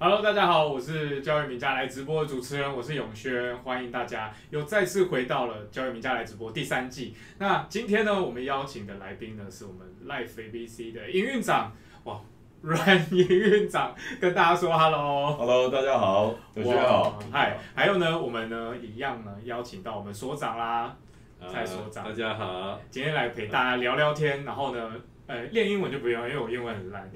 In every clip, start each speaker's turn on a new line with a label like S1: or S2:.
S1: Hello，大家好，我是教育名家来直播的主持人，我是永轩，欢迎大家又再次回到了教育名家来直播第三季。那今天呢，我们邀请的来宾呢是我们 Life ABC 的营运长，哇，阮营运长跟大家说 Hello。
S2: Hello，大家好，同学好
S1: 哇，嗨，，还有呢，我们呢一样呢邀请到我们所长啦，蔡所长
S3: 呃大家好，
S1: 今天来陪大家聊聊天，然后呢，呃，练英文就不用，因为我英文很烂。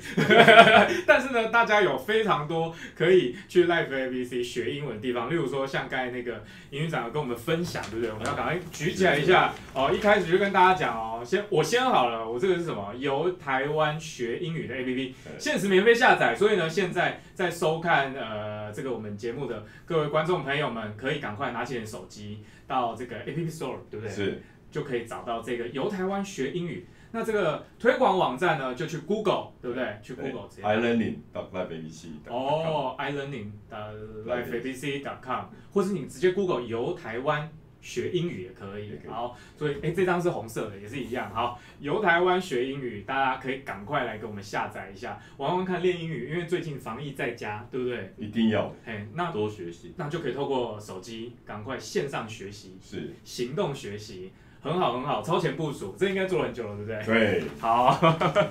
S1: 但是呢，大家有非常多可以去 Live ABC 学英文的地方，例如说像刚才那个营运长有跟我们分享，对不对？我们要赶快举起来一下哦。一开始就跟大家讲哦，先我先好了，我这个是什么？由台湾学英语的 APP，
S2: 对
S1: 限时免费下载。所以呢，现在在收看呃这个我们节目的各位观众朋友们，可以赶快拿起你的手机到这个 APP Store，对不对？
S2: 是
S1: 就可以找到这个由台湾学英语。那这个推广网站呢，就去 Google，对不对？去 Google 直接
S2: i l e a r n i n g l i v e ABC。
S1: 哦，iLearning 的 lifeabc.com，或是你直接 Google 由台湾学英语也可以
S2: 也可。以
S1: 好，所以哎，诶这张是红色的，也是一样。好，由台湾学英语，大家可以赶快来给我们下载一下，玩玩看练英语，因为最近防疫在家，对不对？
S2: 一定要的
S1: 嘿，那
S3: 多学习。
S1: 那就可以透过手机赶快线上学习，
S2: 是，
S1: 行动学习，很好很好，超前部署，这应该做了很久了，对不对？
S2: 对，
S1: 好，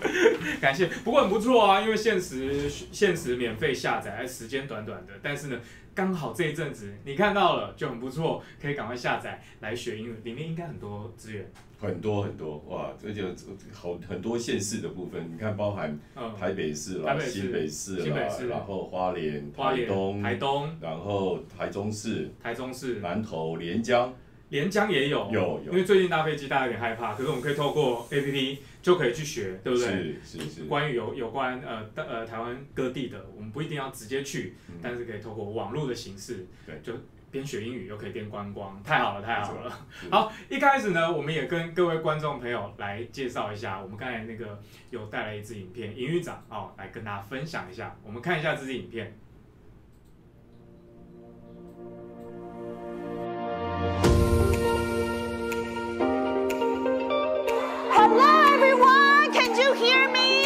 S1: 感谢。不过很不错啊，因为限时限时免费下载，时间短短的，但是呢，刚好这一阵子你看到了就很不错，可以赶快下载来学英语，里面应该很多资源。
S2: 很多很多哇，而且好很多县市的部分，你看包含
S1: 嗯，
S2: 台北市
S1: 台
S2: 啦、
S1: 北市
S2: 新北市
S1: 新北
S2: 啦
S1: 市，
S2: 然后花莲、
S1: 花
S2: 台
S1: 莲、
S2: 东，
S1: 台东、
S2: 然后台中市、
S1: 台中市、
S2: 南投、连江，
S1: 连江也有。
S2: 有有
S1: 因为最近搭飞机大家有点害怕，可是我们可以透过 APP 就可以去学，对不对？
S2: 是是是，
S1: 关于有有关呃大呃台湾各地的，我们不一定要直接去，
S2: 嗯
S1: 但是可以透过网络的形式，
S2: 对
S1: 就边学英语又可以边观光，太好了太好
S2: 没
S1: 了
S2: 是。
S1: 好，一开始呢，我们也跟各位观众朋友来介绍一下，我们刚才那个有带来一支影片，营运长哦，来跟大家分享一下，我们看一下这支影片。
S4: Hello, everyone. Can you hear me?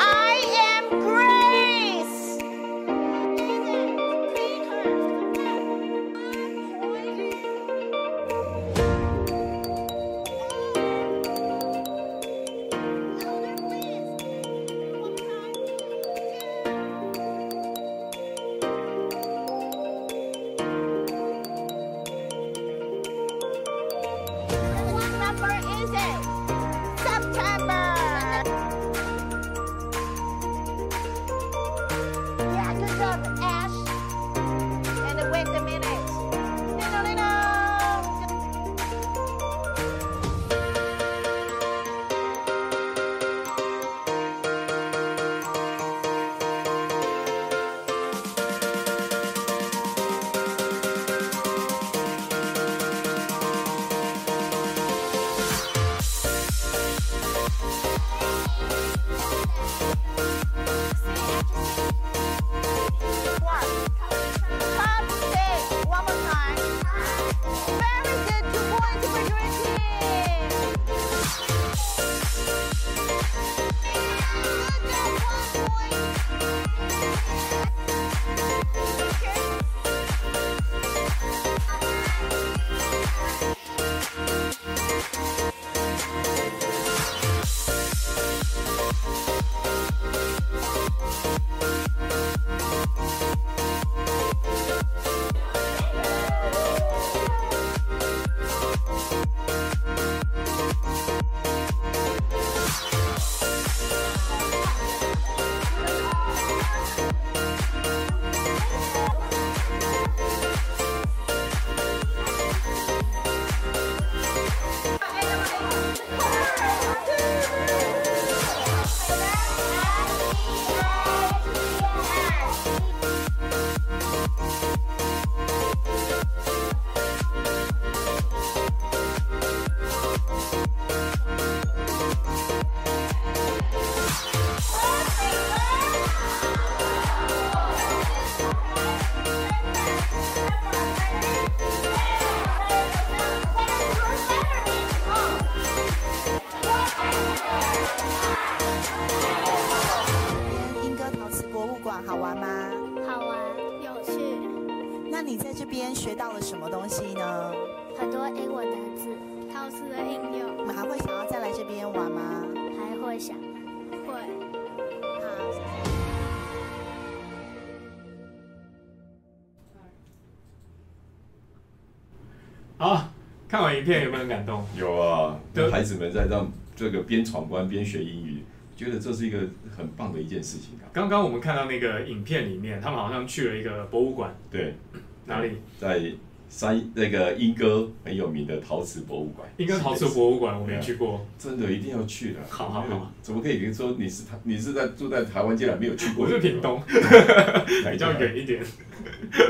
S4: I am Grace. What number is it? September. Yeah, good job, Ash. And wait a minute. Dino, dino.
S3: 学到了什么东西呢？
S5: 很多英文单字、套词的应用，
S3: 马还会想要再来这边玩吗？
S5: 还会想会。
S3: 好。
S1: 好，看完影片有没有很感 动？
S2: 有啊，
S1: 对
S2: 孩子们在让这个边闯关边学英语，觉得这是一个很棒的一件事情啊。
S1: 刚刚我们看到那个影片里面，他们好像去了一个博物馆，
S2: 对，
S1: 哪里？
S2: 在山那个英歌很有名的陶瓷博物馆，
S1: 应该陶瓷博物馆，我没去过。
S2: 真的一定要去的。
S1: 好好好，
S2: 怎么可以说你是台你是在住在台湾竟然没有去过？
S1: 我是屏东，
S2: 哪一
S1: 比
S2: 家
S1: 较远一点，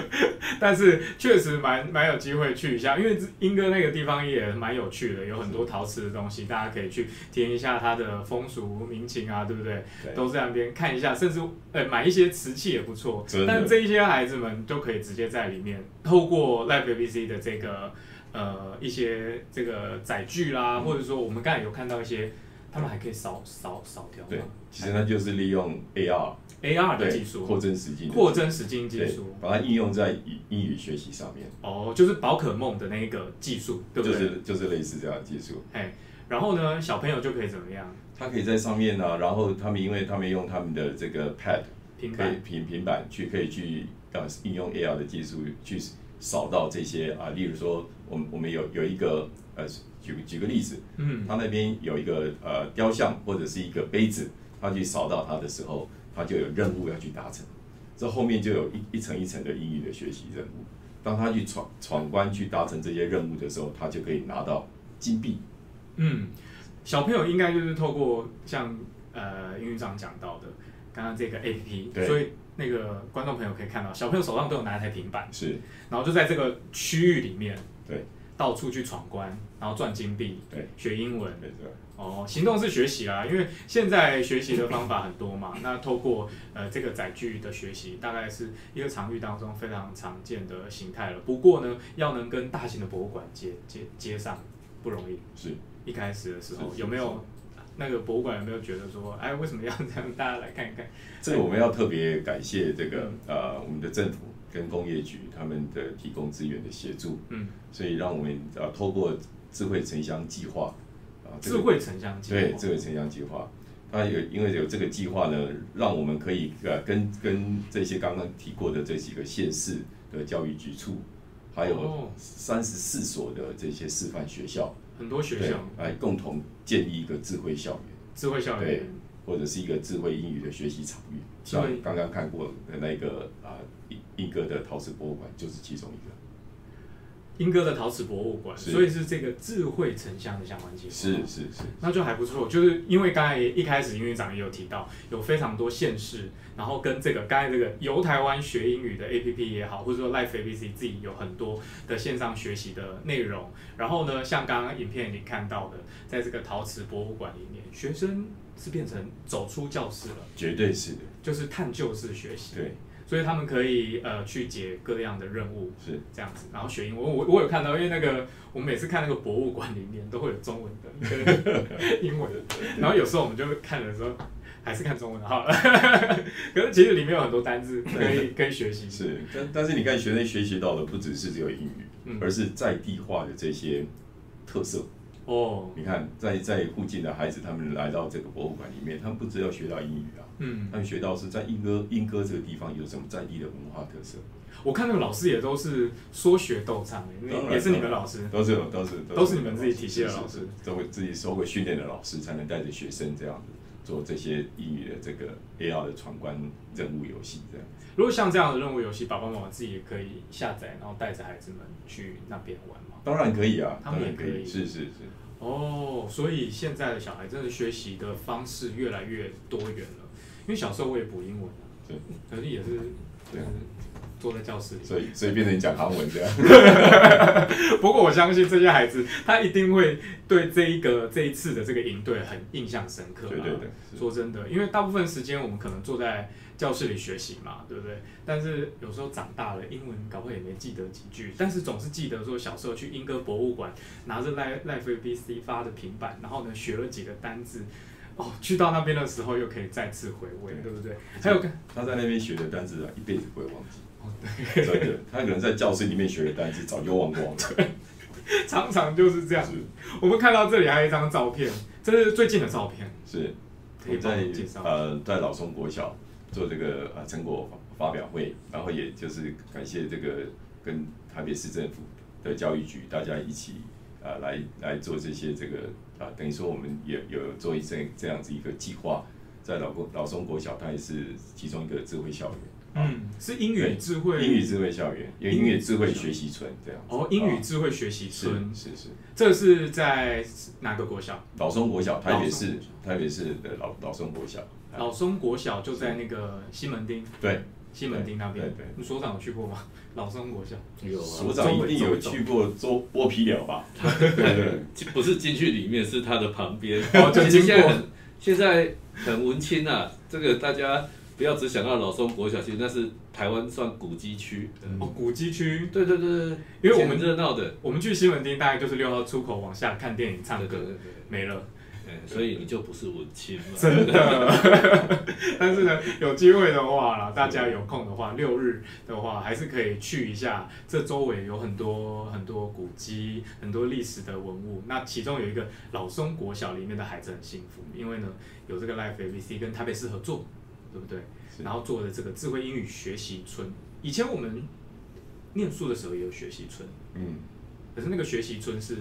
S1: 但是确实蛮蛮有机会去一下，因为英哥那个地方也蛮有趣的，有很多陶瓷的东西，大家可以去体验一下它的风俗民情啊，对不对？
S2: 对
S1: 都在那边看一下，甚至呃买一些瓷器也不错
S2: 真。的
S1: 但这一些孩子们都可以直接在里面，透过 Live ABC 的这个呃一些这个载具啦，或
S2: 嗯
S1: 者说我们刚才有看到一些，他们还可以扫扫扫条
S2: 对
S1: 嘛，
S2: 其实它就是利用 AR
S1: ，AR 的
S2: 对
S1: 技术，
S2: 扩增实际的
S1: 扩增实境技
S2: 对
S1: 术，，
S2: 把它应用在英英语学习上面，
S1: 哦，就是宝可梦的那个技术，对不
S2: 就
S1: 对？
S2: 是就是类似这样的技术。
S1: 哎，然后呢，小朋友就可以怎么样？
S2: 它可以在上面呢、啊，然后他们因为他们用他们的这个 Pad
S1: 平
S2: 可以
S1: 板
S2: 平平板去可以去啊应用 AR 的技术去扫到这些啊，例如说我们我们有有一个呃举举个例子，
S1: 嗯，
S2: 他那边有一个呃雕像或者是一个杯子，他去扫到它的时候，他就有任务要去达成。这后面就有一一层一层的英语的学习任务。当他去闯闯关去达成这些任务的时候，他就可以拿到金币。
S1: 嗯，小朋友应该就是透过像呃英语长讲到的刚刚这个 A P P，
S2: 对
S1: 所以那个观众朋友可以看到，小朋友手上都有拿一台平板，
S2: 是，
S1: 然后就在这个区域里面
S2: 对，
S1: 到处去闯关，然后赚金币，
S2: 对，
S1: 学英文，
S2: 没错。
S1: 哦，行动是学习啦，因为现在学习的方法很多嘛。那透过呃这个载具的学习，大概是一个场域当中非常常见的形态了。不过呢，要能跟大型的博物馆接接接上不容易。
S2: 是，
S1: 一开始的时候
S2: 是是
S1: 有没有那个博物馆有没有觉得说，哎，为什么要这样？ 大家来看一看。
S2: 这个我们要特别感谢这个呃我们的政府跟工业局他们的提供资源的协助，
S1: 嗯，
S2: 所以让我们呃透过智慧城乡计划，啊、这
S1: 智
S2: 个
S1: 慧城乡计划。
S2: 对，智慧城乡计划，它有因为有这个计划呢，让我们可以呃跟跟这些刚刚提过的这几个县市的教育局处，还
S1: 哦
S2: 有三十四所的这些示范学校，
S1: 很多学
S2: 对
S1: 校，
S2: 来共同建立一个智慧校园，
S1: 智慧校园
S2: 对。或者是一个智慧英语的学习场域。
S1: 智慧
S2: 像刚刚看过的那个啊英英歌的陶瓷博物馆就是其中一个，
S1: 英歌的陶瓷博物馆，
S2: 是
S1: 所以是这个智慧城乡的相关计划。
S2: 是是是，
S1: 那就还不错，就是因为刚才一开始英语长也有提到，有非常多县市，然后跟这个刚才这个由台湾学英语的 APP 也好，或者说 Life ABC 自己有很多的线上学习的内容。然后呢，像刚刚影片里看到的，在这个陶瓷博物馆里面，学生是变成走出教室了，
S2: 绝对是的，
S1: 就是探究式学习，
S2: 对，
S1: 所以他们可以呃去解各样的任务，
S2: 是。
S1: 这样子，然后学英文。我我有看到，因为那个我们每次看那个博物馆里面都会有中文的 跟英文的，然后有时候我们就会看的时候还是看中文的好了。 可是其实里面有很多单字可 以可以学习。
S2: 是，但但是你看，学生学习到的不只是只有英语，
S1: 嗯
S2: 而是在地化的这些特色。
S1: 哦，
S2: 你看，在在附近的孩子，他们来到这个博物馆里面，他们不只要学到英语啊，
S1: 嗯
S2: 他，们学到是在英歌英歌这个地方有什么在地的文化特色，
S1: 我看那个老师也都是说学逗唱、欸，
S2: 当
S1: 那
S2: 然
S1: 也是你们老师。
S2: 都是有都是
S1: 都是你们自己体系的老师
S2: 是是是都会自己受过训练的老师，才能带着学生这样子做这些英语的这个 AR 的闯关任务游戏这样。
S1: 如果像这样的任务游戏，爸爸妈妈自己也可以下载，然后带着孩子们去那边玩嘛。
S2: 当然可以啊，
S1: 他们
S2: 当
S1: 也
S2: 然
S1: 可
S2: 可
S1: 以
S2: 以，是是是，
S1: 哦，所以现在的小孩真的学习的方式越来越多元了。因为小时候我也补英文啊，
S2: 对，
S1: 可是也是
S2: 对啊，
S1: 坐在教室里。
S2: 所以所以变成讲韩文这 样。
S1: 不过我相信这些孩子，他一定会对这一个这一次的这个营队很印象深刻、啊。
S2: 绝对的是
S1: 说真的，因为大部分时间我们可能坐在教室里学习嘛，对不对？但是有时候长大了，英文搞不好也没记得几句，但是总是记得说小时候去英歌博物馆，拿着 Life Life ABC 发的平板，然后呢学了几个单字。哦，去到那边的时候又可以再次回味，
S2: 对
S1: 对不对？还有个
S2: 他在那边学的单词啊，一辈子不会忘记。
S1: 哦
S2: 真的，他可能在教室里面学的单词早就忘 光了。
S1: 常常就是这样。
S2: 是
S1: 我们看到这里还有一张照片，这是最近的照片，
S2: 是，
S1: 可以
S2: 我
S1: 帮我
S2: 在
S1: 们介绍一下
S2: 呃在老松国小做这个呃成果发发表会，然后也就是感谢这个跟台北市政府的教育局大家一起呃来来做这些这个啊、等于说我们也有做一这这样子一个计划，在老国老松国小它也是其中一个智慧校园。啊
S1: 嗯，是英语
S2: 对
S1: 智慧，
S2: 英语智慧校园，有英语智慧学习村这样子。
S1: 哦，英语
S2: 啊
S1: 智慧学习
S2: 是
S1: 村，
S2: 是是，
S1: 这是在哪个国小？
S2: 老松国小，台北
S1: 老松
S2: 市
S1: 国小
S2: 台北市的老老松国小。啊
S1: 老松国小就在那个西门町，
S2: 对，
S1: 西门町那边。
S2: 对对对
S1: 你所长有去过吗？ 老松国小，
S6: 有
S2: 所
S6: 啊，
S2: 长一定有去过做剥皮寮吧？
S6: 对， 不是进去里面，是它的旁边。
S1: 哦就
S6: 其实
S1: 经过
S6: 现在很现在很文青啊，这个大家不要只想到老松国小，其实那是台湾算古迹区。
S1: 哦，古迹区。
S6: 对对对对，
S1: 因
S6: 对
S1: 为我们
S6: 以前热闹的，
S1: 我们去西门町大概就是六号出口往下看电影、唱
S6: 对
S1: 歌
S6: 对，对
S1: 没了，
S6: 对，嗯所以你就不是文青嘛。
S1: 真的。但是呢，有机会的话啦，大家有空的话，六日的话还是可以去一下。这周围有很多很多古迹，很多历史的文物。那其中有一个老松国小里面的孩子很幸福，因为呢有这个 Life ABC 跟台北市合作，对不对？
S2: 是
S1: 然后做的这个智慧英语学习村，以前我们念书的时候也有学习村，
S2: 嗯，
S1: 可是那个学习村是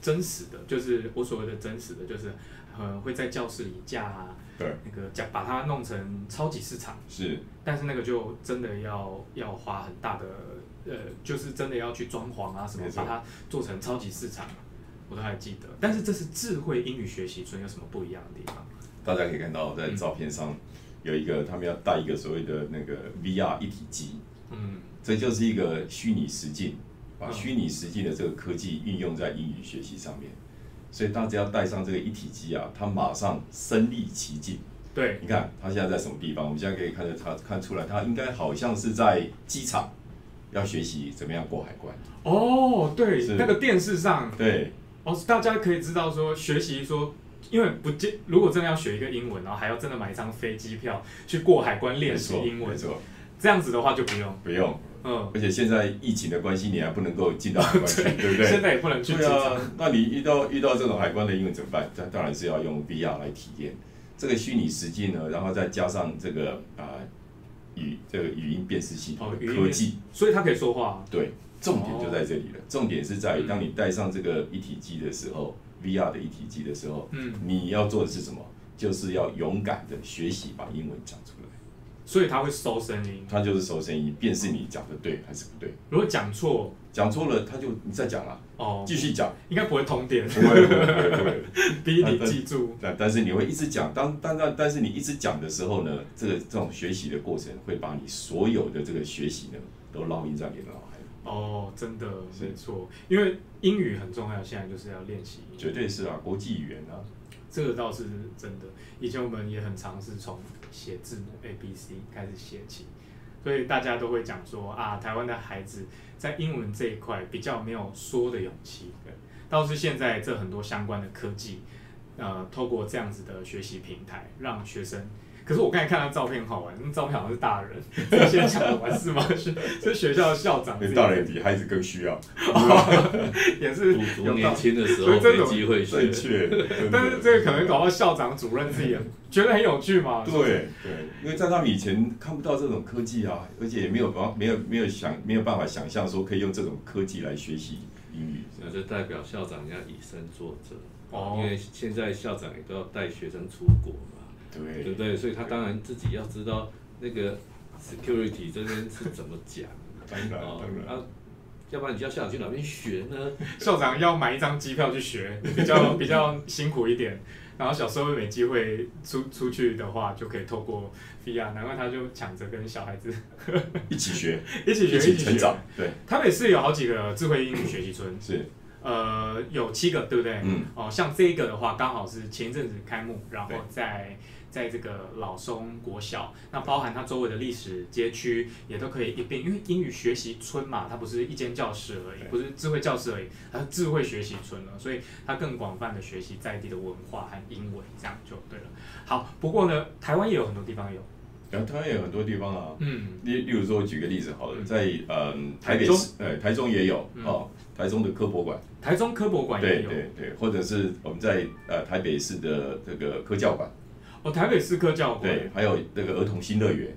S1: 真实的，就是我所谓的真实的，就是呃会在教室里架、
S2: 对，
S1: 那个架，把它弄成超级市场，
S2: 是
S1: 但是那个就真的要要花很大的呃，就是真的要去装潢啊什么
S2: 没，错
S1: 把它做成超级市场，我都还记得。但是这是智慧英语学习村有什么不一样的地方？
S2: 大家可以看到在照片上有一个他们要带一个所谓的那个 VR 一体机，
S1: 嗯，
S2: 这就是一个虚拟实境，把
S1: 嗯
S2: 虚拟实境的这个科技运用在英语学习上面。所以大家要带上这个一体机啊，他马上身临其境。
S1: 对，
S2: 你看他现在在什么地方？我们现在可以看得他看出来，他应该好像是在机场，要学习怎么样过海关。
S1: 哦，对，
S2: 是
S1: 那个电视上
S2: 对，
S1: 哦，大家可以知道说学习说，因为不见如果真的要学一个英文，然后还要真的买一张飞机票去过海关
S2: 没
S1: 练习
S2: 错，
S1: 英
S2: 没
S1: 文，
S2: 错，
S1: 这样子的话就不用，
S2: 不用。
S1: 嗯，
S2: 而且现在疫情的关系，你还不能够进到海 关去，对不
S1: 现
S2: 对？
S1: 在也不能去机
S2: 对
S1: 场，
S2: 啊，那你遇到遇到这种海关的英文怎么办？那当然是要用 VR 来体验这个虚拟实境呢，然后再加上这个啊、语这个语音辨识系统
S1: 哦
S2: 的
S1: 语音
S2: 科技，
S1: 所以他可以说话，啊
S2: 对，重点就在这
S1: 哦
S2: 里了。重点是
S1: 嗯
S2: 在于当你戴上这个一体机的时候，VR 的一体机的时候，
S1: 嗯，
S2: 你要做的是什么？就是要勇敢的学习把英文讲出来。
S1: 所以他会收声音，
S2: 它就是收声音，辨识你讲的对还是不对。
S1: 如果讲错
S2: 讲错了，他就你再讲啦，
S1: 哦，
S2: 继续讲，
S1: 应该不会通 电，
S2: 不会不会不会不会。
S1: 逼你记住，
S2: 但但是你会一直讲，当当但但是你一直讲的时候呢，这个这种学习的过程会把你所有的这个学习呢都烙印在你的脑海里，
S1: 哦，真的
S2: 是
S1: 没错，因为英语很重要，现在就是要练习英语。
S2: 绝对是啊，国际语言啊，
S1: 这个倒是真的。以前我们也很尝试从写字母 A B C 开始写起，所以大家都会讲说啊，台湾的孩子在英文这一块比较没有说的勇气。对，倒是现在这很多相关的科技，呃，透过这样子的学习平台，让学生。可是我刚才看到照片好玩，那照片好像是大人自己先想的玩是吗？是是学校的校长自己，
S2: 大人比孩子更需要，
S1: 也是
S6: 古族
S1: 有
S6: 年
S1: 道
S6: 轻的时
S1: 所
S6: 候
S1: 以这
S6: 没
S1: 种
S6: 机会学
S2: 正，确。真的
S1: 但是这个可能搞到校长、主任自己也觉得很有趣嘛。
S2: 对对，因为在他们以前看不到这种科技啊，而且也没有办没有没有想没有办法想象说可以用这种科技来学习英语。
S6: 那就代表校长要以身作则，
S1: 哦
S6: 因为现在校长也都要带学生出国嘛。
S2: 对
S6: 对不对？所以他当然自己要知道那个 security 这边是怎么讲
S2: 当然
S6: 哦
S2: 当，然
S6: 啊，要不然你叫校长去哪边学呢？
S1: 校长要买一张机票去学，比较比较辛苦一点。然后小时候没机会出出去的话，就可以透过 VR，难怪他就抢着跟小孩子
S2: 一起学，
S1: 一起学
S2: 一起
S1: 学
S2: 成长。，对，
S1: 台北市有好几个智慧英语学习村，
S2: 是
S1: 呃，有七个，对不对？
S2: 嗯。
S1: 哦，像这个的话，刚好是前一阵子开幕，然后
S2: 对
S1: 在在这个老松国小，那包含它周围的历史街区也都可以一并，因为英语学习村嘛，它不是一间教室而已
S2: 对，
S1: 不是智慧教室而已，它是智慧学习村了，所以它更广泛的学习在地的文化和英文，这样就对了。好，不过呢，台湾也有很多地方有。
S2: 然后台湾也有很多地方啊，
S1: 嗯，
S2: 例例如说，我举个例子好了，
S1: 嗯
S2: 在嗯台北
S1: 台中
S2: 市，呃台中也有
S1: 嗯
S2: 哦，台中的科博馆，
S1: 台中科博馆也
S2: 对
S1: 有，
S2: 对对，或者是我们在呃台北市的这个科教馆，
S1: 哦，台北市科教馆，
S2: 对，还有那个儿童新乐园，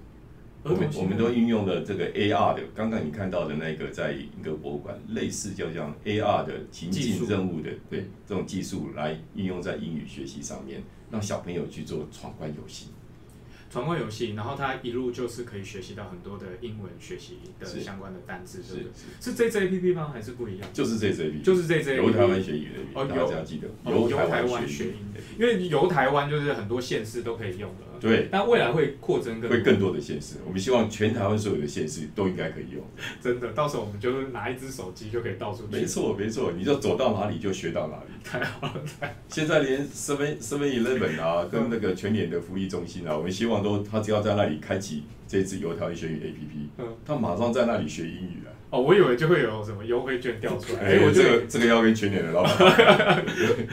S2: 我
S1: 儿
S2: 们
S1: 童新
S2: 我们
S1: 乐
S2: 都运用了这个 AR 的，刚刚你看到的那个在一个博物馆，类似叫像 AR 的情
S1: 技术嗯
S2: 境任务的，对这种技术来应用在英语学习上面，让小朋友去做闯关游戏。
S1: 闯关游戏，然后他一路就是可以学习到很多的英文学习的
S2: 是
S1: 相关的单字，
S2: 是
S1: 对不对？
S2: 是，
S1: 是这支 A P P 吗？还是不一样？
S2: 就是这这笔，
S1: 就是这支 A
S2: 由
S1: P
S2: 台湾
S1: P，
S2: 学语的语，
S1: 哦
S2: 大
S1: 由
S2: 家要记得
S1: 哦由台湾学
S2: 语
S1: 英，
S2: 对
S1: 因为由台湾就是很多县市都可以用了，
S2: 对，
S1: 但未来会扩增更多
S2: 会更多的县市。我们希望全台湾所有的县市都应该可以用。
S1: 真的，到时候我们就是拿一只手机就可以到处去，
S2: 没，错，没错，你就走到哪里就学到哪里。
S1: 太好了，
S2: 现在连 Seven Seven Eleven 啊，跟那个全联的福利中心啊，我们希望都他只要在那里开启这次由台湾学语 APP，
S1: 嗯，
S2: 他马上在那里学英语啊。
S1: 哦，我以为就会有什么优惠券掉出来，
S2: 哎
S1: 哎，，我
S2: 这
S1: 觉
S2: 个
S1: 得，
S2: 这个要跟全联的老 板，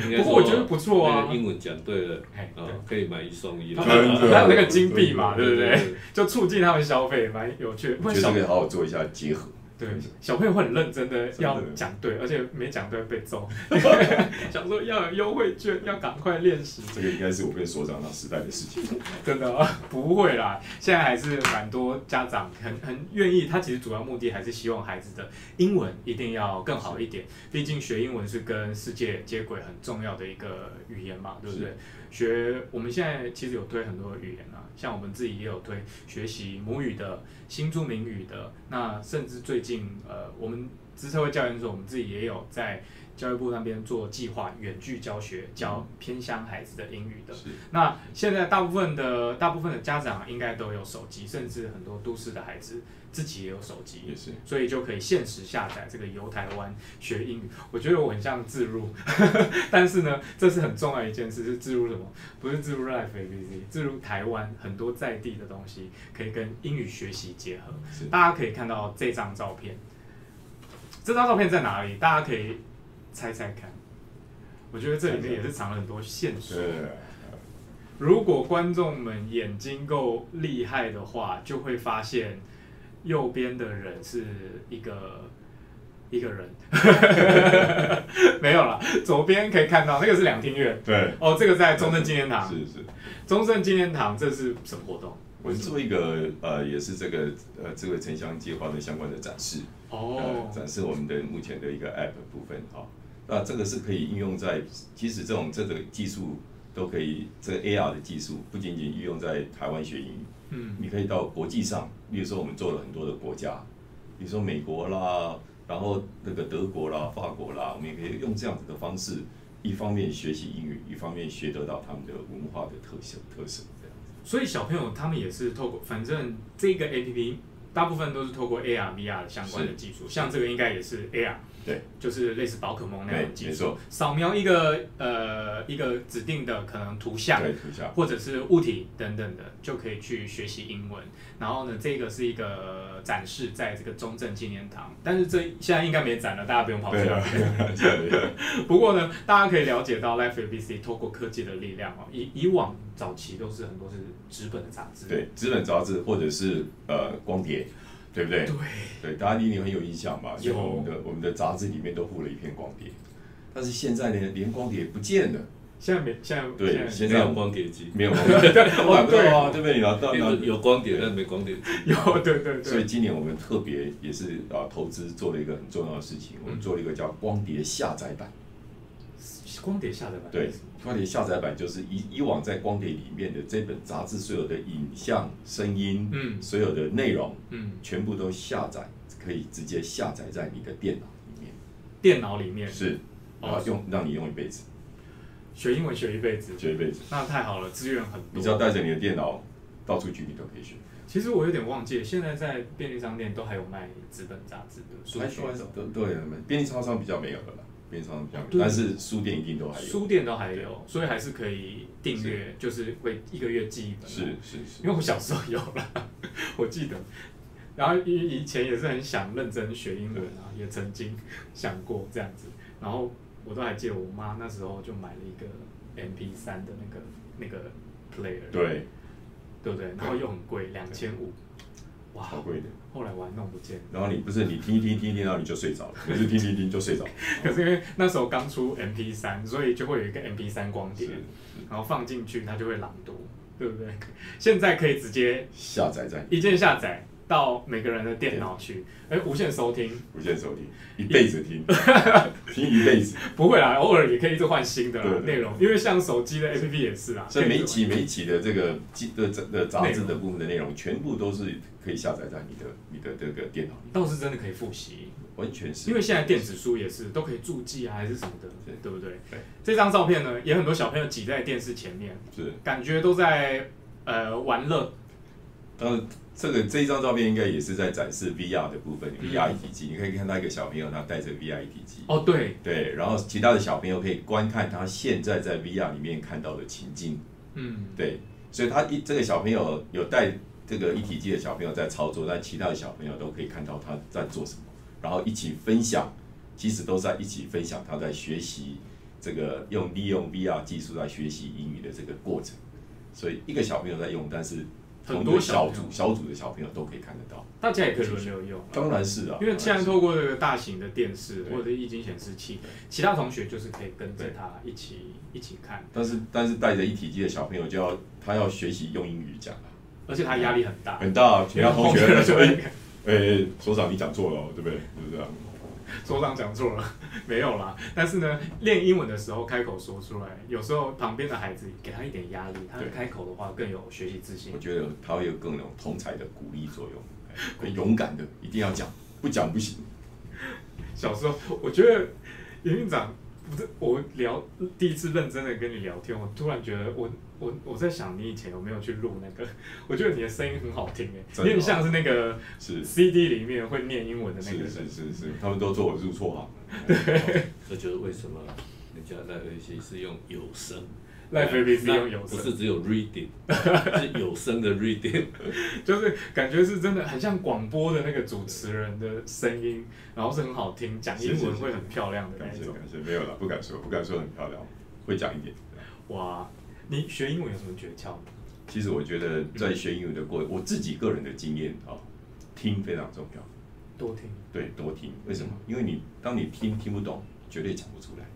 S6: 应该
S1: 不
S6: 说
S1: 过我觉得不错
S6: 那
S1: 啊
S6: 个，英文讲对了，
S1: 哎，对
S6: 啊，
S2: 哦
S6: 可以买一送一了，
S2: 真的
S1: 还有那个金币嘛，对
S6: 对
S1: 不
S6: 对
S1: 对？
S6: 对？
S1: 就促进他们消费，蛮有趣的。不然
S2: 我觉得
S1: 小
S2: 这个好好做一下结合。
S1: 对小朋友会很认真的
S2: 的
S1: 要讲对，而且没讲对被揍。 想说要有优惠券，要赶快练习。
S2: 这个应该是我跟所长那时代的事情。
S1: 真的、 啊、不会啦，现在还是蛮多家长很很愿意，他其实主要目的还是希望孩子的英文一定要更好一点，毕竟学英文是跟世界接轨很重要的一个语言嘛，对不对？学我们现在其实有推很多语言啊，像我们自己也有推学习母语的、新著名语的，那甚至最近呃，我们资策会教研所，我们自己也有在教育部那边做计划，远距教学教偏乡孩子的英语的。
S2: 是
S1: 那现在大部分的大部分的家长应该都有手机，甚至很多都市的孩子自己也有手机，
S2: 也是，
S1: 所以就可以限时下载这个由台湾学英语。我觉得我很像自入， 但是呢，这是很重要的一件事，是自入什么？不是自入 Life ABC，自入台湾很多在地的东西可以跟英语学习结合。
S2: 是
S1: 大家可以看到这张照片，这张照片在哪里？大家可以猜猜看。我觉得这里面也是藏了很多线索。
S2: 对，
S1: 如果观众们眼睛够厉害的话，就会发现右边的人是一个一个 人，没有啦，左边可以看到那个是两厅院
S2: 对，
S1: 哦，这个在中正纪念堂。
S2: 嗯是是。
S1: 中正纪念堂这是什么活动？
S2: 我们做一个呃，也是这个呃智慧城乡计划的相关的展示。
S1: 哦
S2: 呃，展示我们的目前的一个 App 部分啊、那这个是可以应用在，其实这种这个技术都可以，这个 AR 的技术不仅仅应用在台湾学英语，
S1: 嗯
S2: 你可以到国际上，例如说我们做了很多的国家，比如说美国啦，然后那个德国啦、法国啦，我们也可以用这样子的方式，一方面学习英语，一方面学得到他们的文化的特色特色这样子。
S1: 所以小朋友他们也是透过，反正这个 A P P 大部分都是透过 A R V R 的相关的技术，像这个应该也是 A R，
S2: 对，
S1: 就是类似宝可梦那样的技
S2: 对没
S1: 术
S2: 错，
S1: 扫描一个呃一个指定的可能图像。
S2: 对，图下
S1: 或者是物体等等的，就可以去学习英文。然后呢，这个是一个展示在这个中正纪念堂，但是这现在应该没展了，大家不用跑去
S2: 对啊
S1: 那边。，
S2: 对对
S1: 不过呢，大家可以了解到 Life ABC 透过科技的力量哦，以以往早期都是很多是纸本的杂志，
S2: 对，纸本杂志或者是呃光碟，对不对？
S1: 对，
S2: 对，大家一定很有印象吧？因为
S1: 有
S2: 我们的我们的杂志里面都附了一片光碟，但是现在呢，连光碟不见了，
S1: 现在没现在
S2: 对
S1: 现在
S2: 现
S6: 没
S2: 在
S6: 有光碟机，
S2: 没有光碟，买不到啊，对不对？你拿到
S6: 有
S2: 那。
S6: 有光碟，但没光碟机。
S1: 有 对对
S2: 所以
S1: 对，
S2: 今年我们特别也是啊，投资做了一个很重要的事情，我们做了一个叫光碟下载版。
S1: 光碟下载版
S2: 对，光碟下载版就是以以往在光碟里面的这本杂志所有的影像、声音，
S1: 嗯
S2: 所有的内容，
S1: 嗯，
S2: 全部都下载，可以直接下载在你的电脑里面。
S1: 电脑里面
S2: 是，然后
S1: 哦
S2: 用让你用一辈子，
S1: 学英文学一辈子，
S2: 学一辈子。
S1: 那太好了，资源很
S2: 你只要
S1: 多。
S2: 带着你的电脑到处去，你都可以学。
S1: 其实我有点忘记了，现在在便利商店都还有卖纸本杂志的书
S2: 还
S1: 籍
S2: 还对对，便利超商比较没有了啦，便利超商比较没
S1: 对
S2: 有，但是书店一定都还有。
S1: 书店都还有，所以还是可以订阅，就是会一个月寄一本。
S2: 是是是
S1: 因，为我小时候有啦， 我记得。然后以以前也是很想认真学英文啊，也曾经想过这样子。然后我都还记得我妈那时候就买了一个 MP 三的那个那个 player，，
S2: 对，
S1: 对不对？然后又很贵，两千五，哇，
S2: 好贵的。
S1: 后来我还弄不见，
S2: 然后你不是你听一听听一听，然后你就睡着了，你是听听听就睡着了。
S1: 可是因为那时候刚出 MP 三，所以就会有一个 MP 三光碟
S2: 是，
S1: 然后放进去它就会朗读，对不对？ 现在可以直接
S2: 下载在
S1: 一键下载到每个人的电脑去，哎，无线收听
S2: 无线手听，一辈子听，听一辈子。
S1: 不会啦，偶尔也可以一直换新的啦
S2: 对对
S1: 内容，因为像手机的 APP 也是啊，
S2: 所以每一
S1: 可直换
S2: 期每一期的这个记的的的杂志的部分的内容，全部都是可以下载在你的你的这个电脑里，
S1: 倒是真的可以复习，
S2: 完全是。
S1: 因为现在电子书也是都可以注记啊，还是什么的，
S2: 对
S1: 对不对？
S2: 对
S1: 这张照片呢，也很多小朋友挤在电视前面，
S2: 是，
S1: 感觉都在呃玩乐，
S2: 然后这个这一张照片应该也是在展示 VR 的部分，VR 一体机，你可以看到一个小朋友他带着 VR 一体机，
S1: 哦对，
S2: 对，然后其他的小朋友可以观看他现在在 VR 里面看到的情境，
S1: 嗯，
S2: 对，所以他一这个小朋友有带这个一体机的小朋友在操作，但其他的小朋友都可以看到他在做什么，然后一起分享，其实都在一起分享他在学习这个用利用 VR 技术来学习英语的这个过程。所以一个小朋友在用，但是同
S1: 很
S2: 一
S1: 多
S2: 个
S1: 小
S2: 小
S1: 朋友
S2: 组小组的小朋友都可以看得到。
S1: 大家也可以轮流用啊。
S2: 当然是啊，
S1: 因为既然
S2: 当
S1: 透过这个大型的电视
S2: 对
S1: 或者液晶显示器，其他同学就是可以跟着他一起一起看，
S2: 然是但是但是带着一体机的小朋友就要他要学习用英语讲啊，
S1: 而且他压力很大，
S2: 很大，哎其他同 学在说，
S1: 对
S2: 哎哎，所长你讲错了哦，对不对？就是这样。
S1: 所长讲错了， 没有啦。但是呢，练英文的时候开口说出来，有时候旁边的孩子给他一点压力，他
S2: 对
S1: 开口的话更有学习自信
S2: 我。觉得它会有更有同才的鼓励作用，很勇敢的，一定要讲，不讲不行。
S1: 小时候，我觉得林院长，不是我聊第一次认真的跟你聊天，我突然觉得我我我在想你以前有没有去录那个？我觉得你的声音很好听诶、有
S2: 真的哦
S1: 点
S2: 吗
S1: 像是那个
S2: 是
S1: CD 里面会念英文的那个
S2: 是
S1: 人。
S2: 是是是，他们都说我入错行。
S6: 这就是为什么人家在学习是用有声
S1: Life ABC
S6: 那
S1: 用有
S6: 不是
S1: 声，
S6: 只 有 reading，是有声的 reading。
S1: 就是感觉是真的很像广播的那个主持人的声音，然后是很好听，讲英
S2: 是
S1: 文
S2: 是是
S1: 会很漂亮的那
S2: 感谢
S1: 一种。
S2: 感谢，没有了，不敢说，不敢说很漂亮，会讲一点。
S1: 哇，你学英文有什么诀窍吗？
S2: 其实我觉得
S1: 嗯
S2: 在学英语的过，我自己个人的经验啊，听非常重要。
S1: 多听，
S2: 对，多听。为什么？因为你当你听听不懂，绝对讲不出来。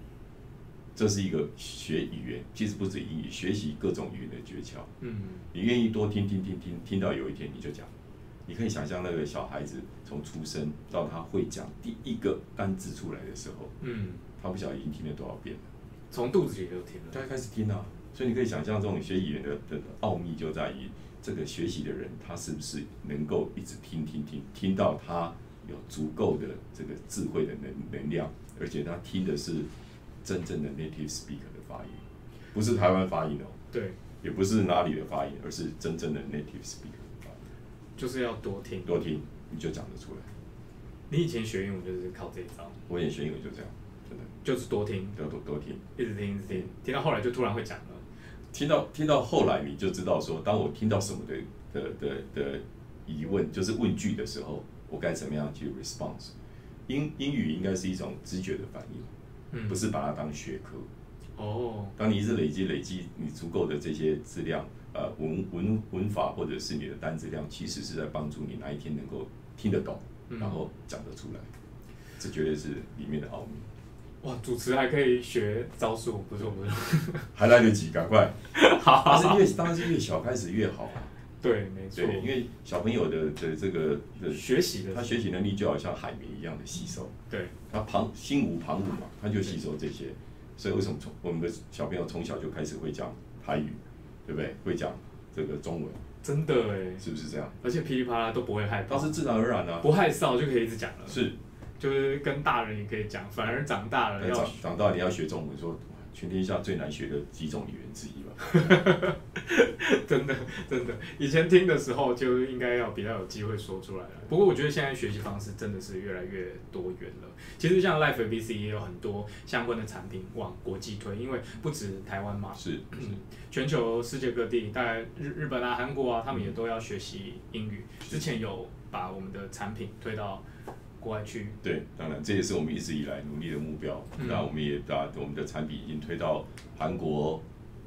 S2: 这是一个学语言，其实不止英语，学习各种语言的诀窍。
S1: 嗯，
S2: 你愿意多听听听听，听到有一天你就讲。你可以想象那个小孩子从出生到他会讲第一个单字出来的时候，
S1: 嗯，
S2: 他不晓得已经听了多少遍了，
S1: 从肚子里就听
S2: 他
S1: 了。
S2: 就开始听啊。所以你可以想象这种学语言的的奥秘就在于这个学习的人，他是不是能够一直听听听，听到他有足够的这个智慧的能能量，而且他听的是真正的 native speaker 的发音，不是台湾发音哦，
S1: 对，
S2: 也不是哪里的发音，而是真正的 native speaker 的发音。
S1: 就是要多听。
S2: 多听，你就讲得出来。
S1: 你以前学英文就是靠这一招，
S2: 我也学英文就这样，真的
S1: 就是多听，
S2: 要多多听。
S1: 一直听，一直听，听到后来就突然会讲了。
S2: 听到听到后来，你就知道说，当我听到什么的的的的疑问，就是问句的时候，我该怎么样去 response。英英语应该是一种直觉的反应，
S1: 嗯，
S2: 不是把它当学科。
S1: 哦，
S2: 当你一直累积累积你足够的这些质量，呃，文文文法或者是你的单词量，其实是在帮助你哪一天能够听得懂，
S1: 嗯
S2: 然后讲得出来。这绝对是里面的奥秘。
S1: 哇，主持还可以学招数，不错不错。
S2: 还来得及，赶快。
S1: 好
S2: 但是越当然是越小开始越好啊，
S1: 对，没错，
S2: 对，因为小朋友的的这个的，
S1: 学习的
S2: 他学习能力就好像海绵一样的吸收，
S1: 对，
S2: 他旁心无旁骛嘛，他就吸收这些。所以为什么从我们的小朋友从小就开始会讲台语，对不对？会讲这个中文，
S1: 真的哎，
S2: 是不是这样？
S1: 而且噼里啪啦都不会害怕
S2: 他，是自然而然啊，
S1: 不害臊就可以一直讲了，
S2: 是。
S1: 嗯就是跟大人也可以讲，反而长大了要
S2: 哎长长大你要学中文，说哇全天下最难学的几种语言之一吧。
S1: 真的真的，以前听的时候就应该要比较有机会说出来了。不过我觉得现在学习方式真的是越来越多元了。其实像 Life ABC 也有很多相关的产品往国际推，因为不止台湾嘛，
S2: 是是，
S1: 全球世界各地，大概日日本啊、韩国啊，他们也都要学习英语。之前有把我们的产品推到国外去，
S2: 对，当然这也是我们一直以来努力的目标。
S1: 嗯
S2: 那我们也把我们的产品已经推到韩国、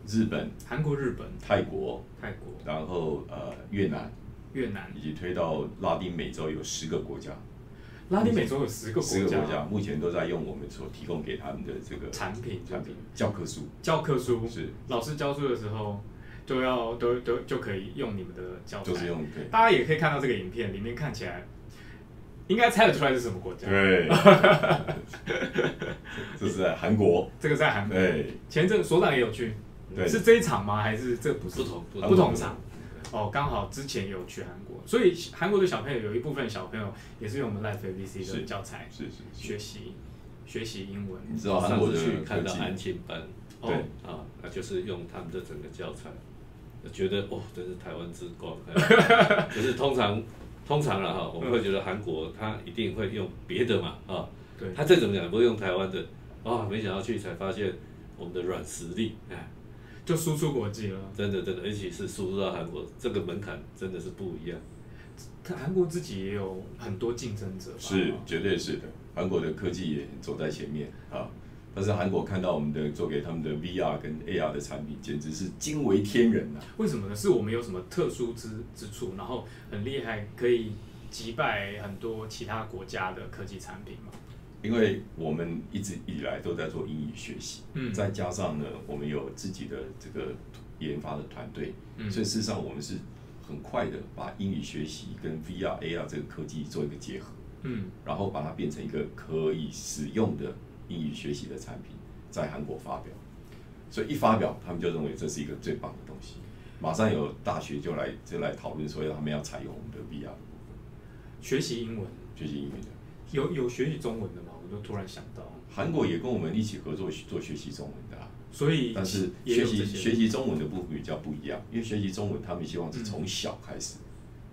S2: 日本、
S1: 韩国、日本、
S2: 泰国，
S1: 泰国、
S2: 然后呃越南，
S1: 越南、
S2: 以及推到拉丁美洲有十个国家，
S1: 拉丁美洲有十个
S2: 十
S1: 国
S2: 个
S1: 家
S2: 国家目前都在用我们所提供给他们的这个
S1: 产品，
S2: 产品教科书，
S1: 教科书，
S2: 是
S1: 老师教书的时候都要都都就可以用你们的教材，
S2: 就是用对
S1: 大家也可以看到这个影片里面看起来，应该猜得出来是什么国家。
S2: 对， 这是在韩国，哎
S1: 这个在韩国，
S2: 对
S1: 前阵所长也有去，
S2: 对
S1: 是这一场吗？还是这不是
S6: 不同不
S1: 不
S6: 同
S1: 同场？哦，刚好之前有去韩国，所以韩国的小朋友有一部分小朋友也是用我们 Life ABC 的
S2: 是
S1: 教材
S2: 是是是，
S1: 学习学习英文。
S2: 你知道韩
S6: 上
S2: 国
S6: 次
S2: 的
S6: 哦去看
S2: 科
S6: 到
S2: 技
S6: 安庆班
S1: 哦
S2: 对
S6: 啊，那就是用他们的整个教材，觉得哦，真是台湾之光。 可是通常通常了哈，我们会觉得韩国他一定会用别的嘛啊，
S1: 对，
S6: 他再怎么讲也不会用台湾的啊，没想到去才发现我们的软实力，哎，
S1: 就输出国际了。
S6: 真的真的，而且是输入到韩国，这个门槛真的是不一样。
S1: 看韩国自己也有很多竞争者吧，
S2: 是绝对是的，韩国的科技也走在前面啊。但是韩国看到我们的做给他们的 VR 跟 AR 的产品，简直是惊为天人啊呐、
S1: 为什么呢？是我们有什么特殊之之处，然后很厉害，可以击败很多其他国家的科技产品嘛？
S2: 因为我们一直以来都在做英语学习，
S1: 嗯
S2: 再加上呢，我们有自己的这个研发的团队，
S1: 嗯
S2: 所以事实上我们是很快的把英语学习跟 VR、AR 这个科技做一个结合，
S1: 嗯，
S2: 然后把它变成一个可以使用的英语学习的产品，在韩国发表。所以一发表，他们就认为这是一个最棒的东西，马上有大学就来就来讨论说他们要采用我们的 VR
S1: 学习英文
S2: 学习英语的。
S1: 有有学习中文的吗？我就突然想到，
S2: 韩国也跟我们一起合作做学习中文的、啊，
S1: 所以
S2: 但是
S1: 也
S2: 学
S1: 有这
S2: 习
S1: 些
S2: 学习中文的部分比较不一样，因为学习中文他们希望是从小开始，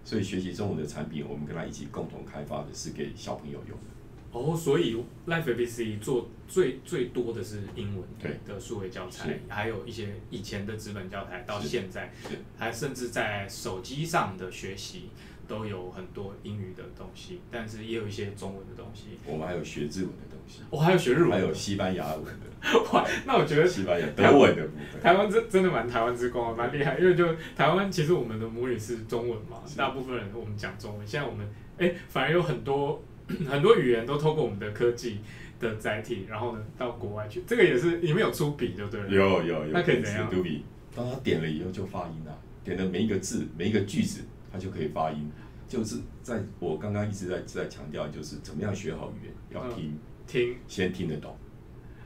S2: 所以学习中文的产品我们跟他一起共同开发的是给小朋友用的。
S1: 哦，所以 Life ABC 做最最多的是英文
S2: 对
S1: 的数位教材
S2: 是，
S1: 还有一些以前的纸本教材，到
S2: 是
S1: 现在
S2: 是
S1: 还甚至在手机上的学习都有很多英语的东西，但是也有一些中文的东西。
S2: 我们还有学日文的东西，
S1: 我、还有学日文，
S2: 还有西班牙文的，
S1: 哇，那我觉得
S2: 西班牙德文的部分。
S1: 台湾真真的蛮台湾之光，啊蛮厉害。因为就台湾其实我们的母语是中文嘛，大部分人我们讲中文。现在我们哎、反而有很多 很多语言都透过我们的科技的载体，然后呢到国外去。这个也是你们有出笔就对了。
S2: 有有有，
S1: 那可以怎样
S2: 杜比，当他点了以后就发音啊，点了每一个字、每一个句子，他就可以发音。就是在我刚刚一直在在强调，就是怎么样学好语言，要
S1: 嗯
S2: 听，
S1: 听，
S2: 先听得懂，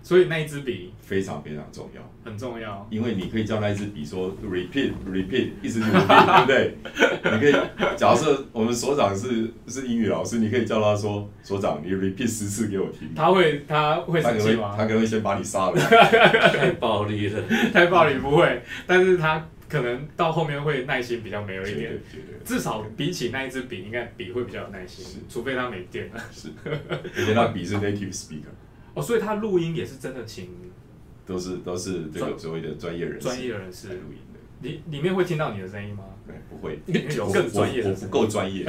S1: 所以那一支笔
S2: 非常非常重要。
S1: 很重要。
S2: 因为你可以叫那一支笔说 repeat repeat 一直 repeat，对不对？你可以假设我们所长是是英语老师，你可以叫他说所长，你 repeat 十次给我听。
S1: 他会他会
S2: 他
S1: 生
S2: 可能
S1: 气
S2: 会
S1: 吗
S2: 他？可能会先把你杀了。
S6: 太暴力了，
S1: 太暴力不会，但是他可能到后面会耐心比较没有
S2: 绝
S1: 一
S2: 对
S1: 点。
S2: 绝对
S1: 至少比起那一支笔，应该笔会比较有耐
S2: 是
S1: 心，除非他没电了。
S2: 是，而且他笔是 native speaker，
S1: 哦，所以他录音也是真的请
S2: 都是都是这个
S1: 专
S2: 所谓的专业人士
S1: 专业人士
S2: 来录音的。
S1: 里里面会听到你的声音吗？
S2: 对，不会，
S1: 有
S2: 我
S1: 更专业
S2: 我
S1: 的声
S2: 我不
S1: 音
S2: 够 专业。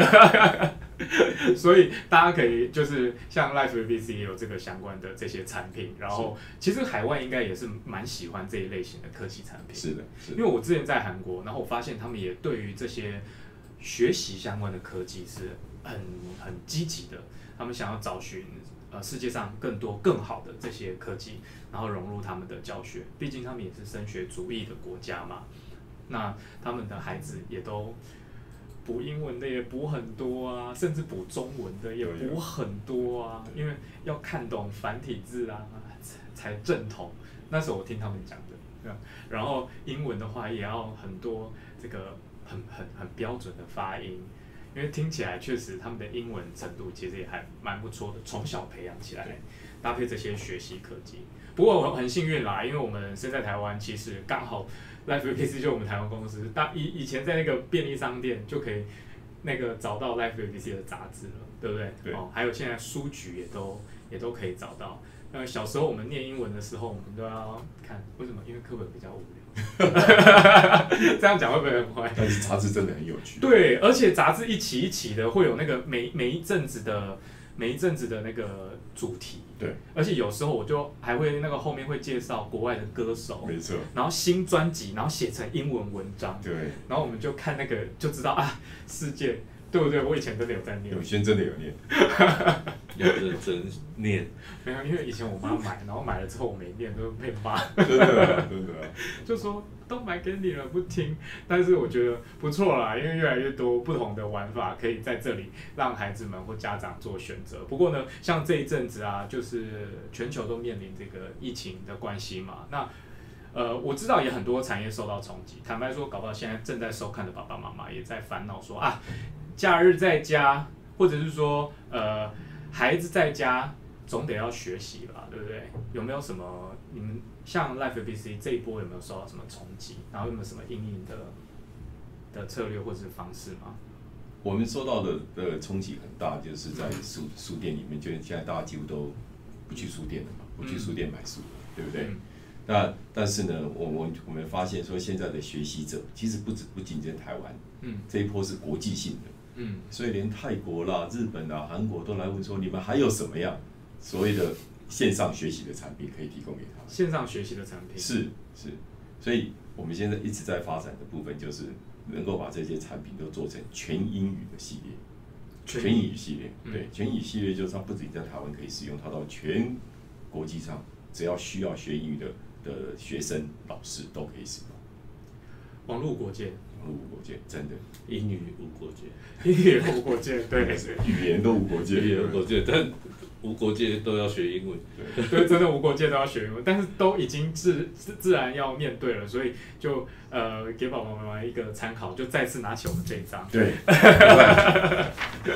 S1: 所以大家可以就是像 Life ABC 也有这个相关的这些产品，然后其实海外应该也是蛮喜欢这一类型的科技产品，
S2: 是的，是
S1: 因
S2: 的
S1: 为，我之前在韩国，然后我发现他们也对于这些学习相关的科技是很很积极的，他们想要找寻呃世界上更多更好的这些科技，然后融入他们的教学，毕竟他们也是升学主义的国家嘛，那他们的孩子也都。补英文的也补很多啊，甚至补中文的也
S2: 有有
S1: 补很多啊，因为要看懂繁体字啊才才正统。那时候我听他们讲的，对啊然后英文的话也要很多这个很很很标准的发音，因为听起来确实他们的英文程度其实也还蛮不错的，从小培养起来
S2: 对，
S1: 搭配这些学习科技。不过我很幸运啦，因为我们身在台湾，其实刚好 Life ABC 就我们台湾公司，当以以前在那个便利商店就可以那个找到 Life ABC 的杂志了，对不对？
S2: 对
S1: 哦，还有现在书局也都也都可以找到。那小时候我们念英文的时候，我们都要看，为什么？因为课本比较无聊。这样讲会不会很坏？
S2: 但是杂志真的很有趣。
S1: 对，而且杂志一期一期的会有那个每每一阵子的每一阵子的那个主题，
S2: 对，
S1: 而且有时候我就还会那个后面会介绍国外的歌手，
S2: 没错，
S1: 然后新专辑，然后写成英文文章，
S2: 对，
S1: 然后我们就看那个就知道啊，世界对不对？我以前真的有在念
S2: 永，轩真的有 念，
S6: 要认真念，
S1: 没有，因为以前我妈买，然后买了之后我没念，都被骂，
S2: 真的啊真的啊，
S1: 就说都买给你了不听。但是我觉得不错啦，因为越来越多不同的玩法可以在这里让孩子们或家长做选择。不过呢，像这一阵子啊，就是全球都面临这个疫情的关系嘛，那。呃，我知道也很多产业受到冲击。坦白说，搞不好现在正在收看的爸爸妈妈也在烦恼说啊，假日在家，或者是说呃，孩子在家总得要学习吧，对不对？有没有什么你们像 Life ABC 这一波有没有受到什么冲击？然后有没有什么应应的的策略或者是方式吗？
S2: 我们受到的的冲击很大，就是在书书店里面，就是现在大家几乎都不去书店了嘛，不去书店买书，对不对？
S1: 嗯
S2: 那但是呢，我我我们发现说，现在的学习者其实不止不仅仅台湾，
S1: 嗯
S2: 这一波是国际性的，
S1: 嗯
S2: 所以连泰国啦、日本啦、韩国都来问说，你们还有什么样所谓的线上学习的产品可以提供给他们？
S1: 线上学习的产品
S2: 是是，所以我们现在一直在发展的部分就是能够把这些产品都做成全英语的系列。全英语系列，
S1: 嗯
S2: 对，全英语系列就是它不仅在台湾可以使用，它到全国际上，只要需要学英语的的学生、老师都可以使用。
S1: 网络国界，
S2: 网络无国界，真的，
S6: 英语无国界，
S1: 英语无国界，对
S2: 真的 是语言都无国界，
S6: 英语无国界，但无国界都要学英文，
S1: 对，真的无国界都要学英文，但是都已经自自自然要面对了，所以就呃给宝宝妈妈一个参考，就再次拿起我们这一 张，
S2: 对，赶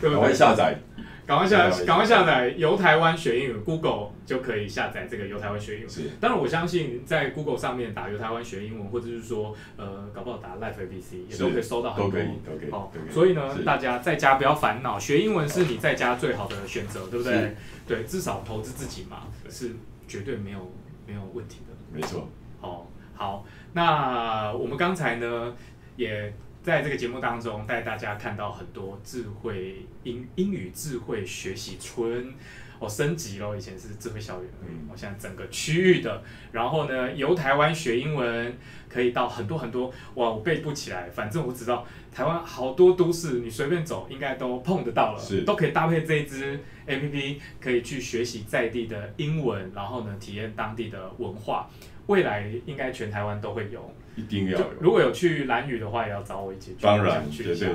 S1: 对不
S2: 快
S1: 对？
S2: 下载，
S1: 赶快下
S2: 赶快下
S1: 赶快下载由台湾学英语，Google 就可以下载这个由台湾学英语。
S2: 是
S1: 当然，我相信在 Google 上面打由台湾学英文，或者是说呃搞不好打 Life ABC 也
S2: 是
S1: 都可以搜到很
S2: 都可
S1: 多
S2: 以。，都可以，
S1: 哦
S2: 都可，以。
S1: 所以呢，
S2: 是
S1: 大家在家不要烦恼，学英文是你在家最好的选择，对不对？对，至少投资自己嘛，是绝对没有没有问题的。
S2: 没错，
S1: 哦，好，那我们刚才呢，也在这个节目当中带大家看到很多智慧英英语智慧学习村。哦，升级了，以前是智慧校园而已，
S2: 嗯
S1: 我、现在整个区域的，然后呢，由台湾学英文，可以到很多很多，哇，我背不起来，反正我知道台湾好多都市，你随便走应该都碰得到了，
S2: 是
S1: 都可以搭配这一支 A P P，可以去学习在地的英文，然后呢，体验当地的文化。未来应该全台湾都会有，
S2: 一定要
S1: 就如
S2: 有，
S1: 果有去蓝屿的话，也要找我一起去，
S2: 当
S1: 想
S2: 然，
S1: 去
S2: 绝
S1: 一下
S2: 对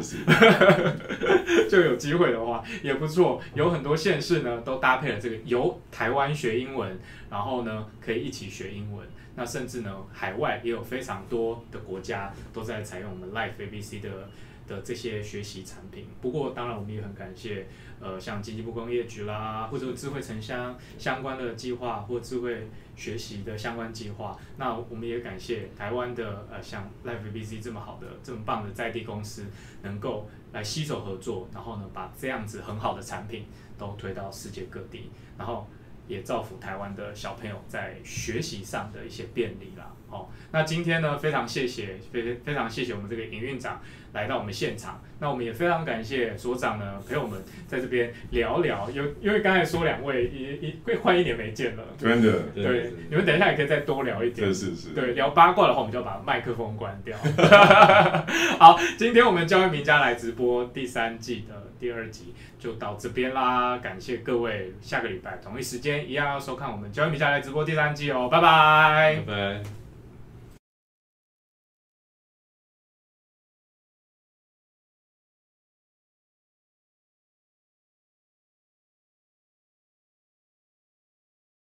S2: 是，
S1: 就有机会的话也不错。有很多县市呢都搭配了这个由台湾学英文，然后呢可以一起学英文。那甚至呢海外也有非常多的国家都在采用我们 Life ABC 的。的这些学习产品，不过当然我们也很感谢，呃，像经济部工业局啦，或者智慧城乡相关的计划或智慧学习的相关计划。那我们也感谢台湾的呃，像 Life ABC 这么好的、这么棒的在地公司，能够来携手合作，然后呢，把这样子很好的产品都推到世界各地，然后也造福台湾的小朋友在学习上的一些便利啦。哦，那今天呢，非常谢谢，非非常谢谢我们这个营运长来到我们现场。那我们也非常感谢所长呢，陪我们在这边聊聊。有因为刚才说两位也也会快一年没见了，
S2: 真的，
S1: 对，你们等一下也可以再多聊一点
S2: 这。是是，
S1: 对，聊八卦的话，我们就要把麦克风关 掉。好，今天我们教育名家来直播第三季的第二集就到这边啦，感谢各位，下个礼拜同一时间一样要收看我们教育名家来直播第三季哦，拜拜
S6: 拜拜。